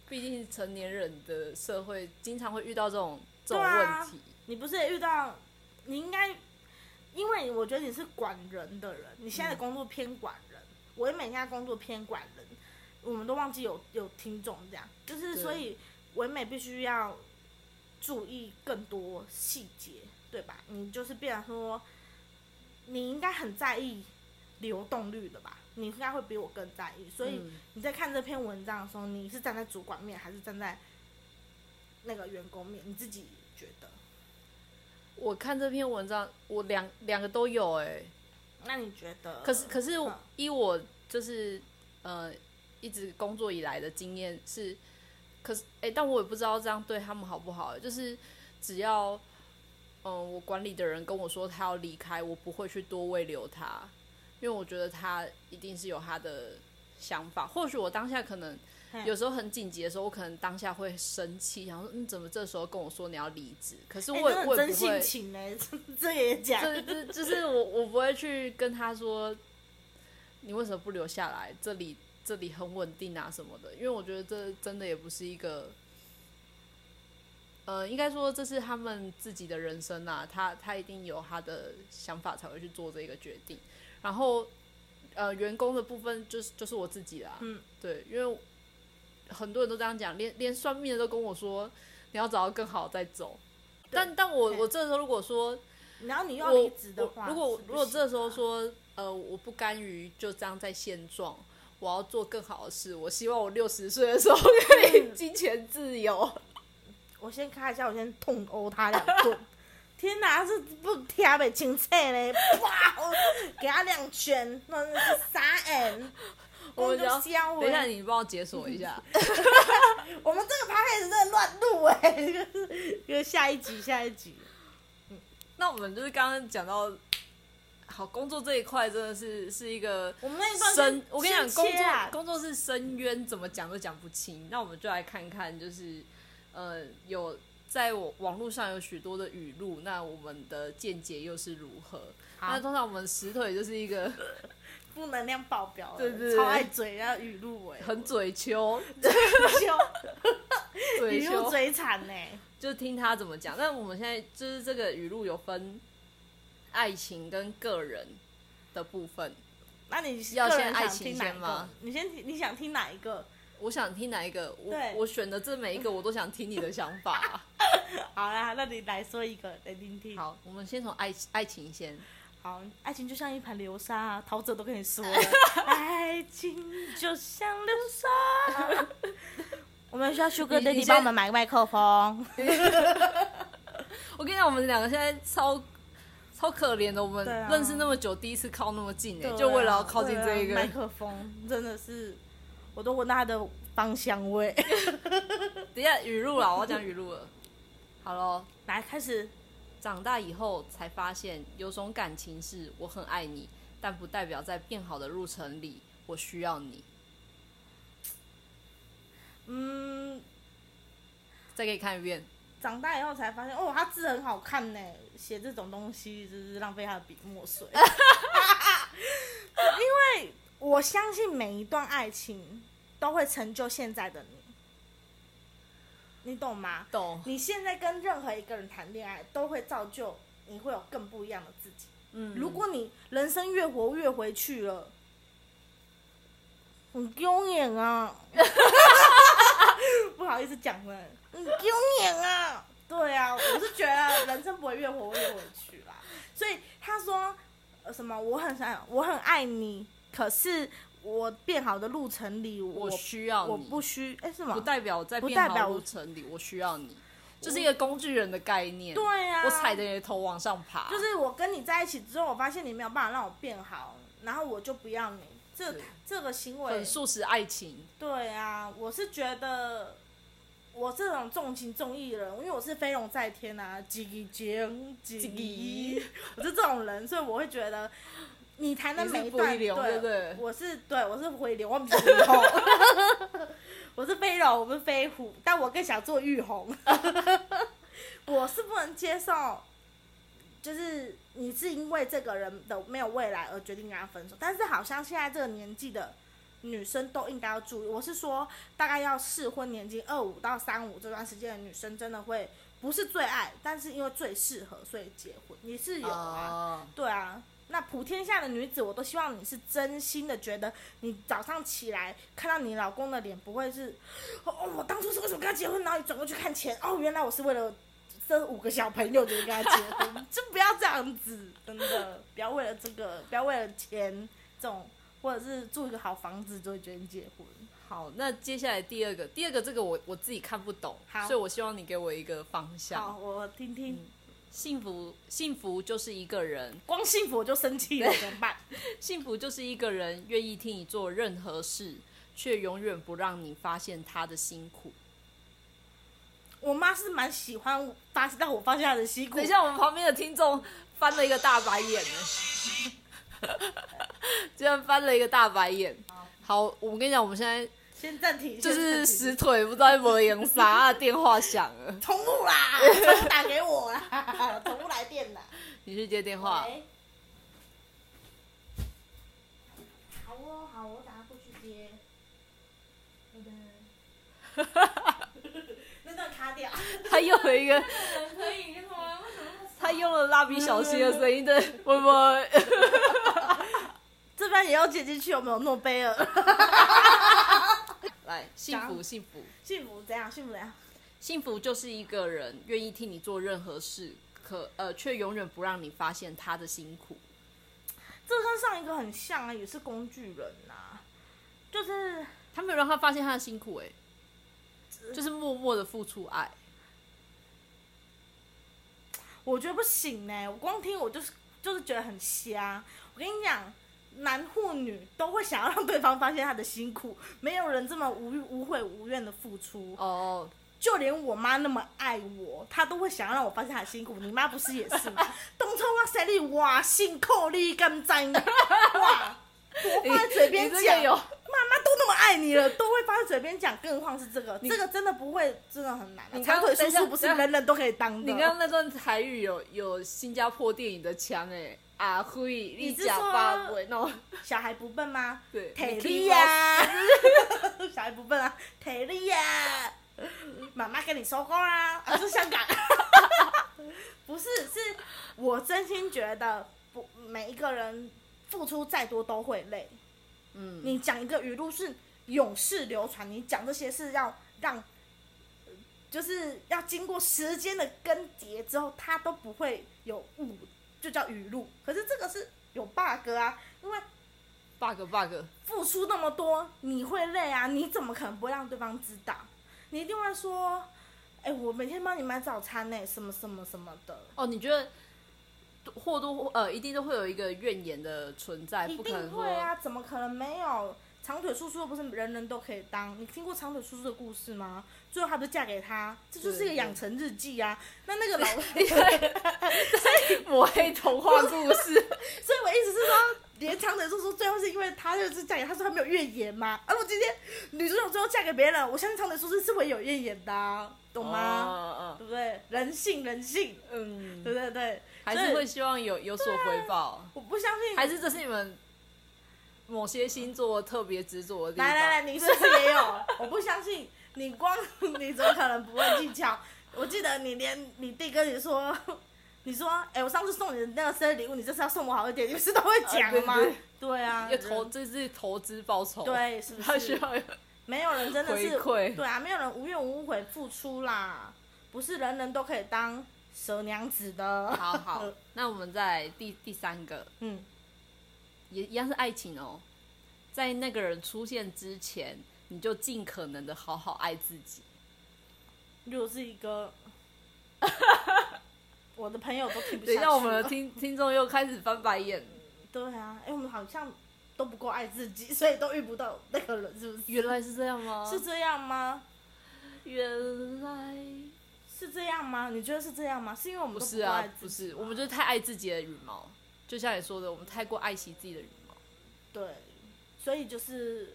[SPEAKER 2] 毕竟成年人的社会经常会遇到这种这种
[SPEAKER 1] 对啊
[SPEAKER 2] 问题。
[SPEAKER 1] 你不是也遇到？你应该，因为我觉得你是管人的人，你现在的工作偏管人，我唯美现在工作偏管人，我们都忘记有有听众这样，就是
[SPEAKER 2] 对
[SPEAKER 1] 所以唯美必须要注意更多细节，对吧？你就是变成说，你应该很在意流动率的吧？你应该会比我更在意，所以
[SPEAKER 2] 嗯
[SPEAKER 1] 你在看这篇文章的时候，你是站在主管面还是站在那个员工面？你自己觉得？
[SPEAKER 2] 我看这篇文章，我两两个都有哎、
[SPEAKER 1] 那你觉得？
[SPEAKER 2] 可是可是
[SPEAKER 1] 嗯
[SPEAKER 2] 依我就是呃一直工作以来的经验是，可是哎、但我也不知道这样对他们好不好，欸就是只要。嗯，我管理的人跟我说他要离开，我不会去多慰留他，因为我觉得他一定是有他的想法。或许我当下可能
[SPEAKER 1] 嗯
[SPEAKER 2] 有时候很紧急的时候，我可能当下会生气，想说你、嗯、怎么这时候跟我说你要离职？可是
[SPEAKER 1] 哎
[SPEAKER 2] 我也、
[SPEAKER 1] 真的
[SPEAKER 2] 我也
[SPEAKER 1] 真
[SPEAKER 2] 不
[SPEAKER 1] 性
[SPEAKER 2] 会
[SPEAKER 1] 情呢、 这个也讲，
[SPEAKER 2] 这这就是我我不会去跟他说，你为什么不留下来？这里这里很稳定啊什么的，因为我觉得这真的也不是一个，呃，应该说这是他们自己的人生啊，他他一定有他的想法才会去做这个决定。然后，呃，员工的部分就是就是我自己啦，
[SPEAKER 1] 嗯，
[SPEAKER 2] 对，因为很多人都这样讲，连连算命的都跟我说，你要找到更好再走。但但我
[SPEAKER 1] 对
[SPEAKER 2] 我这时候如果说
[SPEAKER 1] 然后你又要
[SPEAKER 2] 我
[SPEAKER 1] 离职的话，
[SPEAKER 2] 我如果
[SPEAKER 1] 是不
[SPEAKER 2] 如果
[SPEAKER 1] 行
[SPEAKER 2] 这时候
[SPEAKER 1] 啊，
[SPEAKER 2] 说，呃，我不甘于就这样在现状，我要做更好的事，我希望我六十岁的时候可以金钱自由。
[SPEAKER 1] 我先咔一下，我先痛殴他两顿。 天哪，这不听不清菜嘞！哇， 我给他两拳，那是啥人？
[SPEAKER 2] 我们
[SPEAKER 1] 就
[SPEAKER 2] 要
[SPEAKER 1] 笑
[SPEAKER 2] 等一下，
[SPEAKER 1] 哎！
[SPEAKER 2] 你帮我解锁一下。
[SPEAKER 1] 我们这个 p 开始 a 真的乱录哎，因为下一集，下一集。
[SPEAKER 2] 那我们就是刚刚讲到，好，工作这一块真的是是一个
[SPEAKER 1] 我们那一段
[SPEAKER 2] 深
[SPEAKER 1] 先，
[SPEAKER 2] 我跟你讲，
[SPEAKER 1] 先
[SPEAKER 2] 工
[SPEAKER 1] 切
[SPEAKER 2] 作
[SPEAKER 1] 啊
[SPEAKER 2] 工作是深渊，怎么讲都讲不清。那我们就来看看，就是呃，有在我网络上有许多的语录，那我们的见解又是如何？
[SPEAKER 1] 好
[SPEAKER 2] 那通常我们石腿就是一个
[SPEAKER 1] 负能量爆表了，
[SPEAKER 2] 对对对
[SPEAKER 1] 超爱嘴，然后语录哎，
[SPEAKER 2] 很嘴 秋，
[SPEAKER 1] 羞，
[SPEAKER 2] 嘴
[SPEAKER 1] 语录
[SPEAKER 2] 秋，
[SPEAKER 1] 嘴惨呢。
[SPEAKER 2] 就听他怎么讲。但我们现在就是这个语录有分爱情跟个人的部分，
[SPEAKER 1] 那你
[SPEAKER 2] 要
[SPEAKER 1] 个
[SPEAKER 2] 先
[SPEAKER 1] 人
[SPEAKER 2] 爱
[SPEAKER 1] 想
[SPEAKER 2] 情
[SPEAKER 1] 听哪
[SPEAKER 2] 先
[SPEAKER 1] 一
[SPEAKER 2] 吗
[SPEAKER 1] 个？你先听你想听哪一个？
[SPEAKER 2] 我想听哪一个？我
[SPEAKER 1] 对
[SPEAKER 2] 我选的这每一个，我都想听你的想法啊、
[SPEAKER 1] 好啦，那你来说一个来听听。，
[SPEAKER 2] 好，我们先从爱爱情先。
[SPEAKER 1] 好，爱情就像一盘流沙、啊，陶喆都跟你说 了，爱情就像流沙。 我们需要 Sugar
[SPEAKER 2] 你你
[SPEAKER 1] Daddy
[SPEAKER 2] 先
[SPEAKER 1] 帮我们买麦克风。
[SPEAKER 2] 我跟你讲，我们两个现在超超可怜的，我们
[SPEAKER 1] 对啊
[SPEAKER 2] 认识那么久，第一次靠那么近哎、
[SPEAKER 1] 对啊
[SPEAKER 2] 就为了要靠近这
[SPEAKER 1] 对
[SPEAKER 2] 一个。
[SPEAKER 1] 啊麦克风，真的是，我都闻到它的芳香 味。
[SPEAKER 2] 等一下语录啊啦，我要讲语录了。好喽，
[SPEAKER 1] 来，开始。
[SPEAKER 2] 长大以后才发现，有种感情是我很爱你，但不代表在变好的路程里我需要你。
[SPEAKER 1] 嗯，
[SPEAKER 2] 再给你看一遍，
[SPEAKER 1] 长大以后才发现，哦，他字很好看呢，写这种东西就是浪费他的笔墨水。 因为我相信每一段爱情都会成就现在的你，你懂吗？
[SPEAKER 2] 懂？
[SPEAKER 1] 你现在跟任何一个人谈恋爱，都会造就你会有更不一样的自己。
[SPEAKER 2] 嗯
[SPEAKER 1] 如果你人生越活越回去了，很丢脸 啊！不好意思讲了，很丢脸啊！对啊，我是觉得人生不会越活越回去啦。所以他说、呃什么，我很想，我很爱你，可是我变好的路程里，我
[SPEAKER 2] 我需要
[SPEAKER 1] 我
[SPEAKER 2] 你，
[SPEAKER 1] 不需哎、什么？
[SPEAKER 2] 不代表在
[SPEAKER 1] 不
[SPEAKER 2] 变
[SPEAKER 1] 代表
[SPEAKER 2] 好
[SPEAKER 1] 我
[SPEAKER 2] 路程里我需要你，就是一个工具人的概念。
[SPEAKER 1] 对啊呀、
[SPEAKER 2] 我踩着你的头往上爬，
[SPEAKER 1] 就是我跟你在一起之后，我发现你没有办法让我变好，然后我就不要你。这
[SPEAKER 2] 是
[SPEAKER 1] 这个行为
[SPEAKER 2] 很，素食爱情。
[SPEAKER 1] 对啊，我是觉得我这种重情重义的人，因为我是飞龙在天啊，几节
[SPEAKER 2] 几
[SPEAKER 1] 几
[SPEAKER 2] 级，
[SPEAKER 1] 我是这种人，所以我会觉得你谈的
[SPEAKER 2] 你是
[SPEAKER 1] 每一段，
[SPEAKER 2] 回流对不对
[SPEAKER 1] 我是对，我是回流，我不是雨后，我是飞龙，我不是飞虎，但我更想做玉红，我是不能接受。就是你是因为这个人的没有未来而决定跟他分手，但是好像现在这个年纪的女生都应该要注意。我是说，大概要适婚年纪二五到三五这段时间的女生，真的会不是最爱，但是因为最适合，所以结婚。你是有啊，
[SPEAKER 2] 哦
[SPEAKER 1] 对啊。那普天下的女子，我都希望你是真心的，觉得你早上起来看到你老公的脸，不会是哦，哦我当初是为什么跟他结婚，然后你转过去看钱，哦，原来我是为了生五个小朋友就跟他结婚， 就不要这样子，真的，不要为了这个，不要为了钱这种，或者是住一个好房子就会决定结婚。
[SPEAKER 2] 好，那接下来第二个，第二个这个我我自己看不懂，
[SPEAKER 1] 好
[SPEAKER 2] 所以我希望你给我一个方
[SPEAKER 1] 好，
[SPEAKER 2] 向。
[SPEAKER 1] 我听听。
[SPEAKER 2] 嗯幸福，幸福就是一个人，
[SPEAKER 1] 光幸福我就生气了，怎么办？
[SPEAKER 2] 幸福就是一个人愿意替你做任何事，却永远不让你发现他的辛苦。
[SPEAKER 1] 我妈是蛮喜欢发让我发现她的辛苦
[SPEAKER 2] 等一，下，我们旁边的听众翻了一个大白眼呢， 居然翻了一个大白眼。好，我跟你讲，我们现在
[SPEAKER 1] 先暂停，先
[SPEAKER 2] 就
[SPEAKER 1] 暂停
[SPEAKER 2] 是死腿，不知道在磨洋啥，啊电话响了，
[SPEAKER 1] 宠物 啦，宠物打给我啦， 宠物来电啦。
[SPEAKER 2] 你去接电话。
[SPEAKER 1] 喂好哦，好哦，我打过去接。拜 拜那段卡掉，
[SPEAKER 2] 他用了一个
[SPEAKER 3] 可以干嘛？为什么那么
[SPEAKER 2] 他用了蜡笔小新的声音的微博，
[SPEAKER 1] 这边也要接进去，有没有诺贝尔？
[SPEAKER 2] 来，幸福，幸福，
[SPEAKER 1] 幸福怎样？幸福怎样？
[SPEAKER 2] 幸福就是一个人愿意替你做任何事，可呃，却永远不让你发现他的辛苦。
[SPEAKER 1] 这跟上一个很像啊，也是工具人呐、就是
[SPEAKER 2] 他没有让他发现他的辛苦、欸，就是默默的付出爱。
[SPEAKER 1] 我觉得不行呢、我光听我就是就是觉得很瞎。我跟你讲，男或女都会想要让对方发现他的辛苦，没有人这么无无悔无怨的付出。
[SPEAKER 2] 哦，
[SPEAKER 1] 就连我妈那么爱我，她都会想要让我发现她的辛苦。你妈不是也是 吗？东冲啊，塞利哇，辛苦你干在呢？哇，多放在嘴边
[SPEAKER 2] 你这
[SPEAKER 1] 讲
[SPEAKER 2] 个。有
[SPEAKER 1] 妈妈都那么爱你了，都会放在嘴边讲，更何况是这个，
[SPEAKER 2] 你
[SPEAKER 1] 这个真的不会，真的很难、啊。
[SPEAKER 2] 你
[SPEAKER 1] 长
[SPEAKER 2] 刚
[SPEAKER 1] 腿叔
[SPEAKER 2] 等一下
[SPEAKER 1] 叔不是人人都可以当的。
[SPEAKER 2] 你刚刚那段台语有有新加坡电影的腔哎、欸，阿辉，你
[SPEAKER 1] 是说
[SPEAKER 2] 假发尾喏，
[SPEAKER 1] 小孩不笨吗？
[SPEAKER 2] 对，
[SPEAKER 1] 腿力
[SPEAKER 2] 力
[SPEAKER 1] 呀， 小孩不笨啊，腿力呀，妈妈跟你说过啦，啊，是香港， 不是，是我真心觉得不，每一个人付出再多都会累。
[SPEAKER 2] 嗯，
[SPEAKER 1] 你讲一个语录是永世流传，你讲这些是要让，呃就是要经过时间的更迭之后，它都不会有误，就叫语录。可是这个是有 bug 啊，因为
[SPEAKER 2] bug bug，
[SPEAKER 1] 付出那么多，你会累啊？你怎么可能不会让对方知道？你一定会说，哎、我每天帮你买早餐呢、什么什么什么的。
[SPEAKER 2] 哦，你觉得或多或呃，一定都会有一个怨言的存在，
[SPEAKER 1] 一
[SPEAKER 2] 哎不可能
[SPEAKER 1] 定
[SPEAKER 2] 说
[SPEAKER 1] 会啊，怎么可能没有？长腿叔叔又不是人人都可以当。你听过长腿叔叔的故事吗？最后她不是嫁给他，这就是一个
[SPEAKER 2] 对
[SPEAKER 1] 养成日记啊。那那个老， 所
[SPEAKER 2] 抹黑童话故事。
[SPEAKER 1] 以我意思是说，连长腿叔叔最后是因为他就是嫁给他，说他没有怨言嘛。而我今天女主角最后嫁给别人了，我相信长腿叔叔是会有怨言的啊、懂吗？
[SPEAKER 2] 哦
[SPEAKER 1] 对不对？人性，人性，
[SPEAKER 2] 嗯，
[SPEAKER 1] 对对对。
[SPEAKER 2] 还是会希望有有所回报，
[SPEAKER 1] 我不相信。
[SPEAKER 2] 还是这是你们某些星座特别执着的地方？
[SPEAKER 1] 来来来，你是不是也有？我不相信，你光你怎么可能不会技巧？我记得你连你弟跟你说，你说，哎、我上次送你的那个生日礼物，你这次要送我好一点，你不是都会讲了吗？
[SPEAKER 2] 呃对对
[SPEAKER 1] 对啊，
[SPEAKER 2] 要投
[SPEAKER 1] 人
[SPEAKER 2] 这是投资报酬，，
[SPEAKER 1] 对是不
[SPEAKER 2] 他需
[SPEAKER 1] 是？
[SPEAKER 2] 要有
[SPEAKER 1] 没有人真的是
[SPEAKER 2] 回馈
[SPEAKER 1] 对啊，没有人无怨无悔付出啦，不是人人都可以当蛇娘子的。
[SPEAKER 2] 好好。 那我们在第第三个
[SPEAKER 1] 嗯，
[SPEAKER 2] 也一样是爱情哦，在那个人出现之前，你就尽可能的好好爱自己。
[SPEAKER 1] 如果是一 个，我的朋友都听不
[SPEAKER 2] 等一
[SPEAKER 1] 下去
[SPEAKER 2] 下，我们
[SPEAKER 1] 了
[SPEAKER 2] 的听听众又开始翻白眼。
[SPEAKER 1] 对啊，哎、我们好像都不够爱自己， 所以都遇不到那个人，是不是？
[SPEAKER 2] 原来是这样吗？
[SPEAKER 1] 是这样吗？
[SPEAKER 2] 原来
[SPEAKER 1] 是这样吗？你觉得是这样吗？是因为我们
[SPEAKER 2] 不
[SPEAKER 1] 都
[SPEAKER 2] 是
[SPEAKER 1] 够
[SPEAKER 2] 啊
[SPEAKER 1] 爱，
[SPEAKER 2] 不
[SPEAKER 1] 自己
[SPEAKER 2] 是，
[SPEAKER 1] 吗
[SPEAKER 2] 我们就是太爱自己的羽毛，就像你说的，我们太过爱惜自己的羽毛，
[SPEAKER 1] 对，所以就是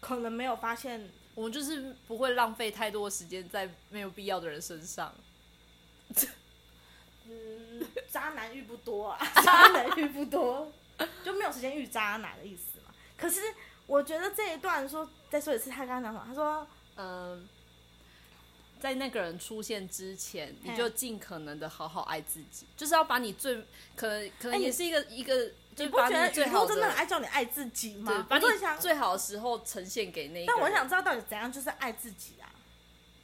[SPEAKER 1] 可能没有发现，
[SPEAKER 2] 我们就是不会浪费太多时间在没有必要的人身上。
[SPEAKER 1] 嗯，渣男遇不多啊，渣男遇不多，就没有时间遇渣男的意思嘛。可是我觉得这一段说再说一次，他刚刚讲什么？他说
[SPEAKER 2] 嗯，在那个人出现之前，
[SPEAKER 1] 嘿
[SPEAKER 2] 你就尽可能的好好爱自己，就是要把你最可能可
[SPEAKER 1] 哎
[SPEAKER 2] 能
[SPEAKER 1] 你
[SPEAKER 2] 也是一个、一个，
[SPEAKER 1] 你
[SPEAKER 2] 就是
[SPEAKER 1] 不
[SPEAKER 2] 把
[SPEAKER 1] 觉
[SPEAKER 2] 你
[SPEAKER 1] 得
[SPEAKER 2] 最
[SPEAKER 1] 雨
[SPEAKER 2] 好
[SPEAKER 1] 露真的很爱叫你爱自己
[SPEAKER 2] 对
[SPEAKER 1] 吗，？
[SPEAKER 2] 把
[SPEAKER 1] 我
[SPEAKER 2] 你
[SPEAKER 1] 就很想
[SPEAKER 2] 最好的时候呈现给那一个
[SPEAKER 1] 但
[SPEAKER 2] 人。
[SPEAKER 1] 我想知道到底怎样就是爱自己啊？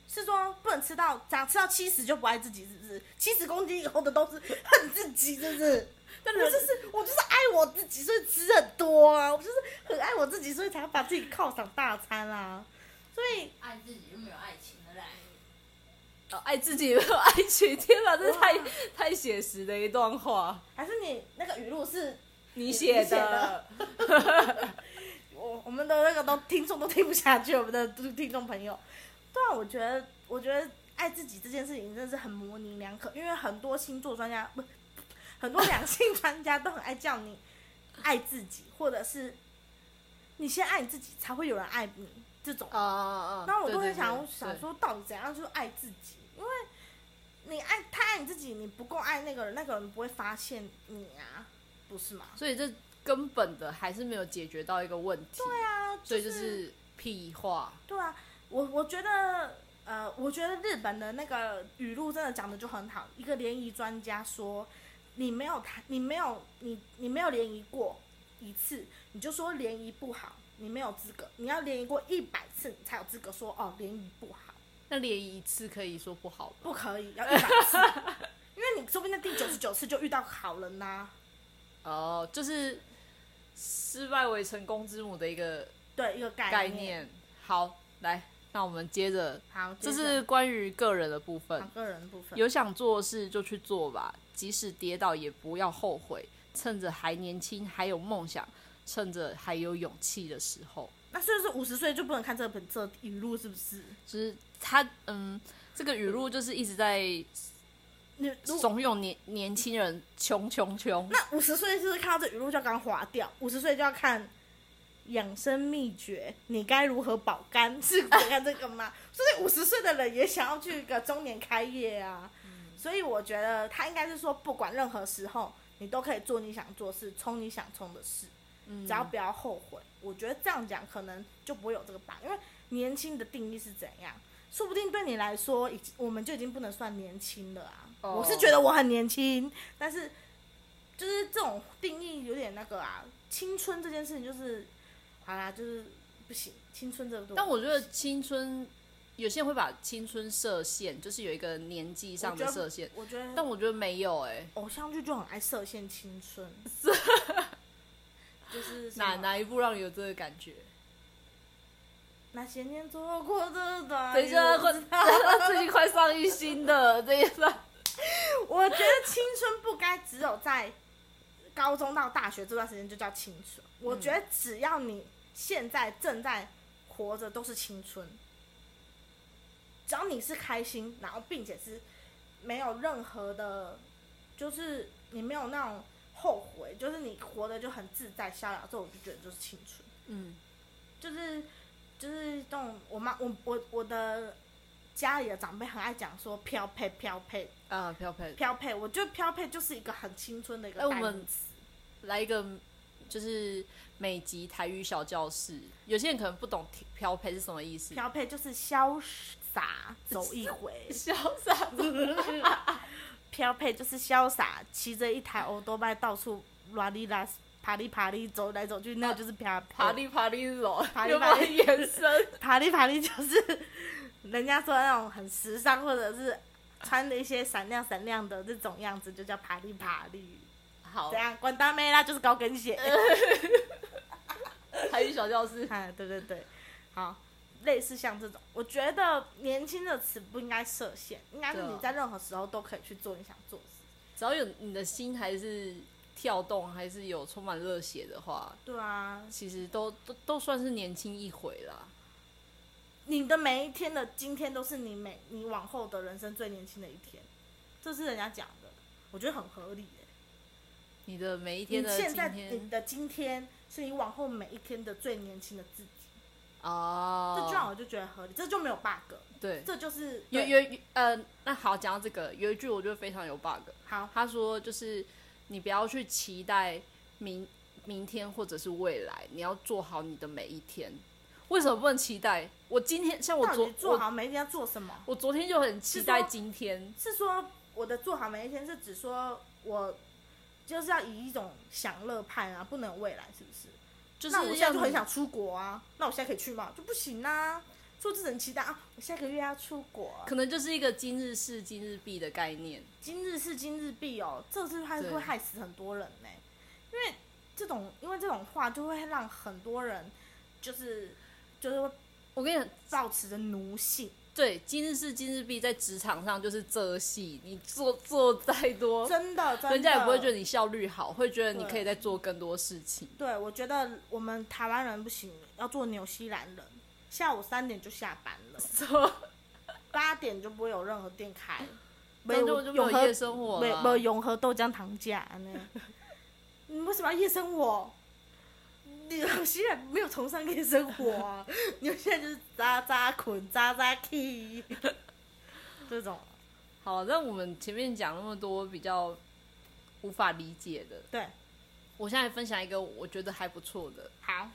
[SPEAKER 1] 是说不能吃到长吃到七十就不爱自己，是不是？七十公斤以后的都是恨自己，是不 是？但我就是我就是爱我自己，所以吃很多啊，我就是很爱我自己，所以才把自己犒赏大餐啊。所以
[SPEAKER 3] 爱自己就没有爱情了啦。
[SPEAKER 2] 呃爱自己没有爱情，天哪，这是太
[SPEAKER 1] 哇
[SPEAKER 2] 太写实的一段话，
[SPEAKER 1] 还是你那个语录是
[SPEAKER 2] 你
[SPEAKER 1] 写
[SPEAKER 2] 写
[SPEAKER 1] 的
[SPEAKER 2] 的。
[SPEAKER 1] 我我们的那个都听众都听不下去，我们的听众朋友。 对啊，我觉得我觉得爱自己这件事情真的是很模棱两可，因为很多星座专家不，很多两性专家都很爱叫你爱自己，或者是你先爱你自己，才会有人爱你这种。
[SPEAKER 2] 啊啊
[SPEAKER 1] 那我都会想
[SPEAKER 2] 对
[SPEAKER 1] 想说，到底怎样就是爱自己？因为你爱太爱你自己，你不够爱那个人，那个人不会发现你啊，不是吗？
[SPEAKER 2] 所以这根本的还是没有解决到一个问题。对
[SPEAKER 1] 对啊，
[SPEAKER 2] 所以就是屁话。
[SPEAKER 1] 对啊，我我觉得，呃，我觉得日本的那个语录真的讲的就很好。一个联谊专家说，你没有谈，你没有你你没有联谊过一次，你就说联谊不好，你没有资格。你要联谊过一百次，你才有资格说哦联谊不好，
[SPEAKER 2] 那联谊一次可以说不好吗？
[SPEAKER 1] 不可以要一百次， 因为你说不定第九十九次就遇到好人呐、
[SPEAKER 2] 哦，就是失败为成功之母的一个
[SPEAKER 1] 对，一个概
[SPEAKER 2] 概
[SPEAKER 1] 念。
[SPEAKER 2] 念。好，来，那我们接着，
[SPEAKER 1] 好，
[SPEAKER 2] 这
[SPEAKER 1] 接着
[SPEAKER 2] 是关于个人的部分
[SPEAKER 1] 好。个人部分。
[SPEAKER 2] 有想做的事就去做吧，即使跌倒也不要后悔，趁着还年轻，还有梦想，趁着还有勇气的时候。
[SPEAKER 1] 那是不是五十岁就不能看这本这语录？是不是？
[SPEAKER 2] 就是他，嗯，这个语录就是一直在
[SPEAKER 1] 你如
[SPEAKER 2] 怂恿年年轻人穷穷穷。
[SPEAKER 1] 那五十岁是不是看到这语录就要刚划掉？五十岁就要看养生秘诀，你该如何保肝？ 是只看这个吗？所以五十岁的人也想要去一个中年开业啊。所以我觉得他应该是说，不管任何时候，你都可以做你想做的事，冲你想冲的事，只要不要后悔。我觉得这样讲可能就不会有这个吧，因为年轻的定义是怎样？说不定对你来说，已经我们就已经不能算年轻了啊。
[SPEAKER 2] 哦
[SPEAKER 1] 我是觉得我很年轻，但是就是这种定义有点那个啊，青春这件事情就是，好啦，就是不行，青春这个东西。
[SPEAKER 2] 但我觉得青春，有些人会把青春设限，就是有一个年纪上的设限，
[SPEAKER 1] 我觉得
[SPEAKER 2] 但我觉得没有哎、
[SPEAKER 1] 偶像剧就很爱设限青 春，就是什么
[SPEAKER 2] 哪哪一部让你有这个感觉？
[SPEAKER 1] 那些年错过的短语。
[SPEAKER 2] 等一下，快 最近快上映新的，等一下，
[SPEAKER 1] 我觉得青春不该只有在高中到大学这段时间就叫青春。我觉得只要你现在正在活着，都是青春。只要你是开心，然后并且是没有任何的，就是你没有那种后悔，就是你活得就很自在逍遥，这我就觉得就是青春。
[SPEAKER 2] 嗯，
[SPEAKER 1] 就是就是这种，我妈我我我的家里的长辈很爱讲说飘配飘配，
[SPEAKER 2] 啊，飘飘，
[SPEAKER 1] 漂配，我觉得漂配就是一个很青春的一个
[SPEAKER 2] 哎我
[SPEAKER 1] 代
[SPEAKER 2] 们
[SPEAKER 1] 名词。
[SPEAKER 2] 来一个就是美籍台语小教室，有些人可能不懂飘配是什么意思，，
[SPEAKER 1] 漂配就是潇洒走一回
[SPEAKER 2] 潇洒，
[SPEAKER 1] 漂配就是潇洒，骑着一台欧多拜到处拉里拉爬里爬里走来走去，那就是漂配
[SPEAKER 2] 爬啊哩爬哩是什么？
[SPEAKER 1] 爬哩
[SPEAKER 2] 有没
[SPEAKER 1] 爬
[SPEAKER 2] 有
[SPEAKER 1] 哩
[SPEAKER 2] 延伸？
[SPEAKER 1] 爬里爬里就是人家说那种很时尚或者是穿的一些闪亮闪亮的这种样子，就叫爬里爬里。
[SPEAKER 2] 好哎
[SPEAKER 1] 怎，样？管大妹啦，就是高跟鞋。
[SPEAKER 2] 台语小教师。
[SPEAKER 1] 哎， 对对对，好，类似像这种，我觉得年轻的词不应该设限，应该是
[SPEAKER 2] 对啊
[SPEAKER 1] 你在任何时候都可以去做你想做的事。
[SPEAKER 2] 只要有你的心还是跳动，还是有充满热血的话，
[SPEAKER 1] 对啊，
[SPEAKER 2] 其实都都都算是年轻一回啦。
[SPEAKER 1] 你的每一天的今天都是你每你往后的人生最年轻的一天，这是人家讲的，我觉得很合理耶、
[SPEAKER 2] 你的每一天
[SPEAKER 1] 你
[SPEAKER 2] 的
[SPEAKER 1] 现
[SPEAKER 2] 今
[SPEAKER 1] 在你
[SPEAKER 2] 天
[SPEAKER 1] 的今天是你往后每一天的最年轻的自己，这句话
[SPEAKER 2] 哦，
[SPEAKER 1] 我就觉得合理，这就没有 bug，
[SPEAKER 2] 对，
[SPEAKER 1] 这就是
[SPEAKER 2] 有
[SPEAKER 1] 对
[SPEAKER 2] 有有呃，那好，讲到这个，有一句我觉得非常有 bug，
[SPEAKER 1] 好，
[SPEAKER 2] 他说就是你不要去期待明明天或者是未来，你要做好你的每一天。为什么不能期待？我今天像我
[SPEAKER 1] 到
[SPEAKER 2] 昨
[SPEAKER 1] 底做
[SPEAKER 2] 我
[SPEAKER 1] 好每一天要做什么？
[SPEAKER 2] 我昨天就很期
[SPEAKER 1] 是
[SPEAKER 2] 待
[SPEAKER 1] 说
[SPEAKER 2] 今天，
[SPEAKER 1] 是说我的做好每一天是指说我就是要以一种享乐派啊，不能有未来，是不是？
[SPEAKER 2] 就
[SPEAKER 1] 那我
[SPEAKER 2] 是
[SPEAKER 1] 现在
[SPEAKER 2] 要
[SPEAKER 1] 就很
[SPEAKER 2] 你
[SPEAKER 1] 想出国啊，那我现在可以去吗？就不行啊，做这种期待啊，我下个月要出国啊、
[SPEAKER 2] 可能就是一个今日事今日毕的概念。
[SPEAKER 1] 今日事今日毕哦，这是还是
[SPEAKER 2] 对
[SPEAKER 1] 会害死很多人呢、因为这种因为这种话就会让很多人就是就是会
[SPEAKER 2] 我跟你讲，
[SPEAKER 1] 抱持着奴性，
[SPEAKER 2] 对，今日事今日毕在职场上就是这戏，你做做再多，
[SPEAKER 1] 真的，真的
[SPEAKER 2] 哦人家也不会觉得你效率好，会觉得你
[SPEAKER 1] 对
[SPEAKER 2] 可以再做更多事 情。
[SPEAKER 1] 对，我觉得我们台湾人不行，要做纽西兰人。下午三点就下班了，八点就不会有任何店开，
[SPEAKER 2] 这
[SPEAKER 1] 没
[SPEAKER 2] 样就就没
[SPEAKER 1] 永
[SPEAKER 2] 有
[SPEAKER 1] 和
[SPEAKER 2] 夜生活
[SPEAKER 1] 没没
[SPEAKER 2] 了。
[SPEAKER 1] 永和豆浆糖浆呢？ 你为什么要夜生活？你纽西兰没有崇尚夜生活啊，你们现在就是渣渣捆渣渣 k 这种，
[SPEAKER 2] 好，那我们前面讲那么多比较无法理解的，
[SPEAKER 1] 对，
[SPEAKER 2] 我现在分享一个我觉得还不错的。
[SPEAKER 1] 好，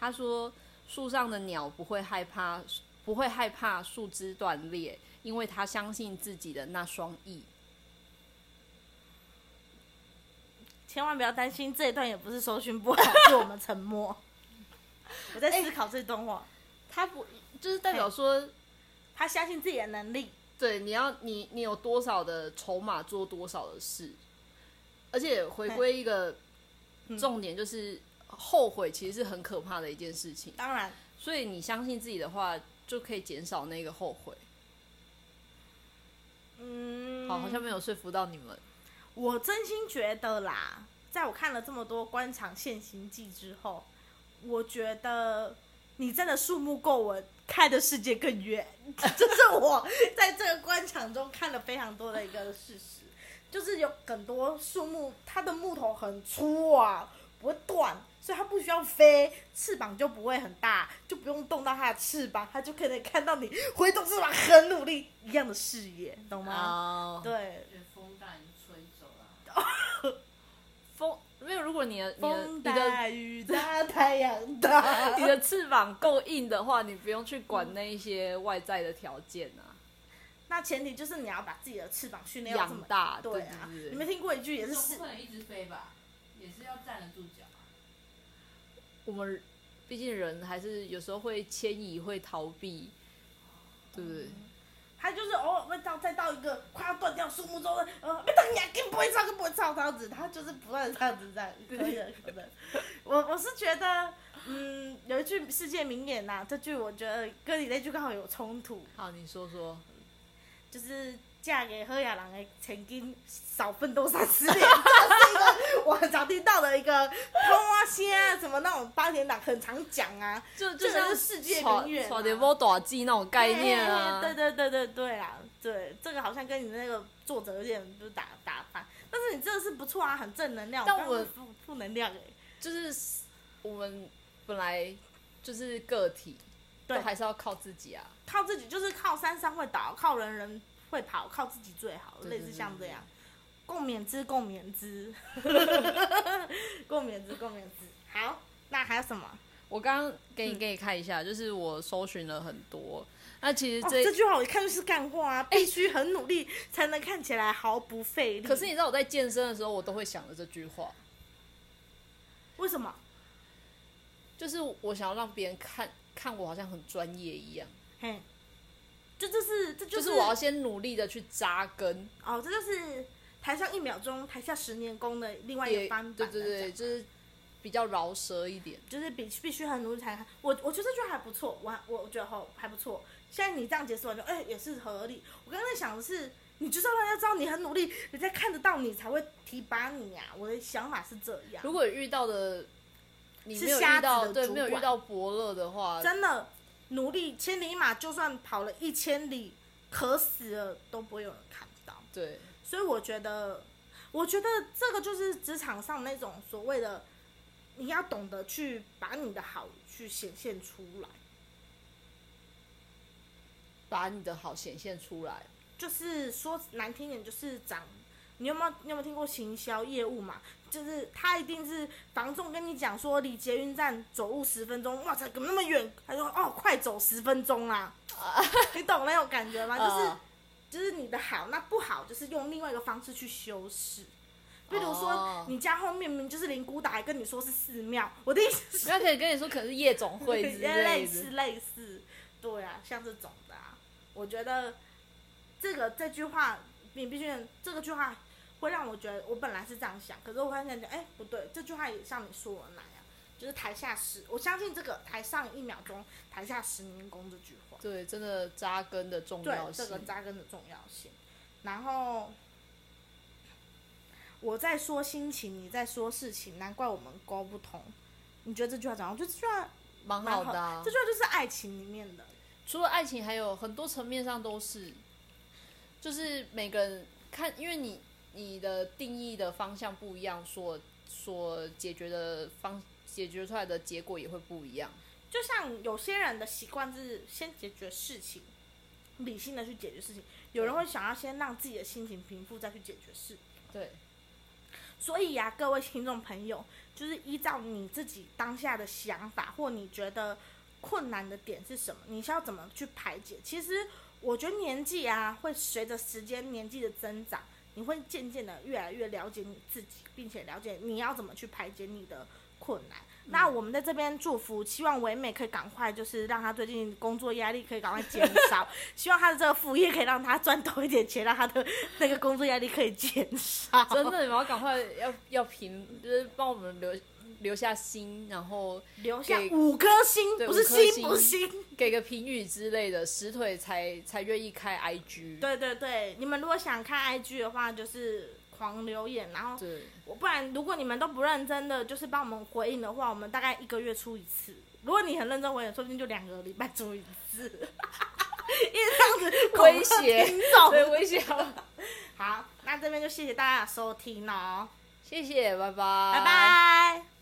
[SPEAKER 2] 他说，树上的鸟不会害怕，不会害怕树枝断裂，因为它相信自己的那双翼。
[SPEAKER 1] 千万不要担心，这一段也不是收讯不好，是我们沉默。 我在思考这段话。
[SPEAKER 2] 他不就是代表说，
[SPEAKER 1] 他相信自己的能力，
[SPEAKER 2] 对，你要你你有多少的筹码做多少的事，而且回归一个
[SPEAKER 1] 嗯
[SPEAKER 2] 重点就是后悔其实是很可怕的一件事情，
[SPEAKER 1] 当然
[SPEAKER 2] 所以你相信自己的话，就可以减少那个后悔。
[SPEAKER 1] 嗯，
[SPEAKER 2] 好，好像没有说服到你们。
[SPEAKER 1] 我真心觉得啦，在我看了这么多官场现形记之后，我觉得你真的树木够我看的世界更远， 这是我在这个官场中看了非常多的一个事实，就是有很多树木，它的木头很粗啊，不会断。所以它不需要飞，翅膀就不会很大，就不用动到它的翅膀，它就可以看到你挥动翅膀很努力一样的视野，懂吗？
[SPEAKER 2] 哦，
[SPEAKER 1] 对，
[SPEAKER 3] 被风带吹走了。
[SPEAKER 2] 风没有，如果你的你的
[SPEAKER 1] 风
[SPEAKER 2] 你的
[SPEAKER 1] 大雨大，太阳大。
[SPEAKER 2] 你的翅膀够硬的话，你不用去管那一些外在的条件啊，
[SPEAKER 1] 那前提就是你要把自己的翅膀训练到这
[SPEAKER 2] 养
[SPEAKER 1] 么
[SPEAKER 2] 大，
[SPEAKER 1] 对
[SPEAKER 2] 对
[SPEAKER 1] 啊
[SPEAKER 2] 对，对
[SPEAKER 1] 你没听过一句也
[SPEAKER 3] 也
[SPEAKER 1] 是
[SPEAKER 3] 是
[SPEAKER 1] 是
[SPEAKER 3] 不可能一直飞吧，也是要站得住脚啊。
[SPEAKER 2] 我们毕竟人还是有时候会迁移，会逃避，对不
[SPEAKER 3] 嗯
[SPEAKER 2] 对？
[SPEAKER 1] 他就是偶尔会到再到一个快要断掉树木中的，呃，没等你啊，更不会唱，更不会唱这样子，他就是不断的这样子在，可以 的，可能。我我是觉得，嗯，有一句世界名言呐、这句我觉得跟你那句刚好有冲突，
[SPEAKER 2] 好，你说说。
[SPEAKER 1] 就是嫁给喝雅郎的曾经少奋斗三十年，这是一个我很常听到的一个通啊些啊什么那种八点档很常讲啊，
[SPEAKER 2] 就
[SPEAKER 1] 这个
[SPEAKER 2] 就像
[SPEAKER 1] 是世界名媛啊
[SPEAKER 2] 耍点波打鸡那种概念啊。
[SPEAKER 1] 对对对对对啊，对这个好像跟你那个作者有点就是打打翻，但是你这个是不错啊，很正能量，
[SPEAKER 2] 但
[SPEAKER 1] 刚
[SPEAKER 2] 我
[SPEAKER 1] 刚是负负能量哎、
[SPEAKER 2] 就是我们本来就是个体，
[SPEAKER 1] 对
[SPEAKER 2] 都还是要靠自己啊。
[SPEAKER 1] 靠自己就是靠山山会倒，靠人人会跑，靠自己最好，
[SPEAKER 2] 对对
[SPEAKER 1] 类
[SPEAKER 2] 对
[SPEAKER 1] 似
[SPEAKER 2] 对
[SPEAKER 1] 像这样，共勉之，共勉 之，共勉之，共勉之。好，那还有什么？
[SPEAKER 2] 我刚刚给
[SPEAKER 1] 嗯
[SPEAKER 2] 你给你看一下，就是我搜寻了很多，那其实
[SPEAKER 1] 哦、
[SPEAKER 2] 这
[SPEAKER 1] 这句话我一看就是干话啊，必须很努力才能看起来毫不费力。
[SPEAKER 2] 哎可是你知道我在健身的时候，我都会想着这句话，
[SPEAKER 1] 为什么？
[SPEAKER 2] 就是我想要让别人看看我好像很专业一样，
[SPEAKER 1] 嘿，这就是这
[SPEAKER 2] 就是
[SPEAKER 1] 是
[SPEAKER 2] 我要先努力的去扎根，
[SPEAKER 1] 哦，这就是台上一秒钟，台下十年功的另外一
[SPEAKER 2] 也
[SPEAKER 1] 个翻版
[SPEAKER 2] 对
[SPEAKER 1] 来
[SPEAKER 2] 对对，
[SPEAKER 1] 讲
[SPEAKER 2] 就是比较饶舌一点。
[SPEAKER 1] 就是必必须很努力才能看。我我觉得这句还不错，我还我我觉得好还不错。现在你这样解释完就，哎、也是合理。我刚刚在想的是，你就是要让大家知道你很努力，人家看得到你才会提拔你呀、我的想法是这样，
[SPEAKER 2] 如果遇到的你
[SPEAKER 1] 啊是
[SPEAKER 2] 没有
[SPEAKER 1] 瞎
[SPEAKER 2] 遇
[SPEAKER 1] 子
[SPEAKER 2] 到
[SPEAKER 1] 的
[SPEAKER 2] 对
[SPEAKER 1] 主
[SPEAKER 2] 没有遇
[SPEAKER 1] 管
[SPEAKER 2] 到伯乐的话，
[SPEAKER 1] 真的努力千里马，就算跑了一千里，渴死了都不会有人看到。
[SPEAKER 2] 对
[SPEAKER 1] 所以我觉得，我觉得这个就是职场上那种所谓的，你要懂得去把你的好去显现出来。
[SPEAKER 2] 把你的好显现出来。
[SPEAKER 1] 就是说难听点，就是长。你有没有你有没有听过行销业务嘛？就是他一定是房仲跟你讲说离捷运站走路十分钟，哇塞，怎么那么远？他就说哦，快走十分钟 啦，你懂那种感觉吗？就是
[SPEAKER 2] 嗯
[SPEAKER 1] 就是你的好，那不好就是用另外一个方式去修饰。比如
[SPEAKER 2] 哦
[SPEAKER 1] 说，你家后面明明就是灵骨打，还跟你说是寺庙，我的意思是
[SPEAKER 2] 那可以跟你说，可能是夜总会 之类
[SPEAKER 1] 类似
[SPEAKER 2] 的。
[SPEAKER 1] 类似，对啊，像这种的啊，我觉得这个这句话，你必须这个句话会让我觉得，我本来是这样想，可是我发现，哎、不对，这句话也像你说的那样，就是台下十，我相信这个台上一秒钟，台下十年功这句话，
[SPEAKER 2] 对，真的扎根的重
[SPEAKER 1] 对
[SPEAKER 2] 要
[SPEAKER 1] 这
[SPEAKER 2] 性。
[SPEAKER 1] 个扎根的重要性。然后我在说心情，你在说事情，难怪我们沟不通。你觉得这句话怎么样？我觉得这句话
[SPEAKER 2] 蛮
[SPEAKER 1] 蛮
[SPEAKER 2] 好的、啊
[SPEAKER 1] 这。句话就是爱情里面的。
[SPEAKER 2] 除了爱情，还有很多层面上都是，就是每个人看，因为你你的定义的方向不一样，所所解决的方解决出来的结果也会不一样。
[SPEAKER 1] 就像有些人的习惯是先解决事情，理性的去解决事情；有人会想要先让自己的心情平复，再去解决事。
[SPEAKER 2] 对，
[SPEAKER 1] 所以呀、各位听众朋友，就是依照你自己当下的想法，或你觉得困难的点是什么，你是要怎么去排解？其实我觉得年纪啊，会随着时间年纪的增长，你会渐渐的越来越了解你自己，并且了解你要怎么去排解你的困难。
[SPEAKER 2] 嗯
[SPEAKER 1] 那我们在这边祝福，希望唯美可以赶快，就是让她最近工作压力可以赶快减 少，希望她的这个副业可以让她赚多一点钱，让她的那个工作压力可以减少。
[SPEAKER 2] 真的，你们要赶快要要评，就是帮我们留留下心，然后
[SPEAKER 1] 留下
[SPEAKER 2] 给
[SPEAKER 1] 五颗星，
[SPEAKER 2] 对
[SPEAKER 1] 不是
[SPEAKER 2] 五颗
[SPEAKER 1] 星，
[SPEAKER 2] 星
[SPEAKER 1] 不是星。
[SPEAKER 2] 给个评语之类的，石腿才才愿意开 IG。
[SPEAKER 1] 对对对，你们如果想看 IG 的话，就是狂留言，然后
[SPEAKER 2] 对
[SPEAKER 1] 我不然如果你们都不认真的，就是帮我们回应的话，我们大概一个月出一次。如果你很认真回应，说不定就两个礼拜出一次。 因为这样子
[SPEAKER 2] 威胁
[SPEAKER 1] 恐吓听众
[SPEAKER 2] 对，微笑，
[SPEAKER 1] 好，那这边就谢谢大家的收听哦，
[SPEAKER 2] 谢谢，拜拜，
[SPEAKER 1] 拜拜。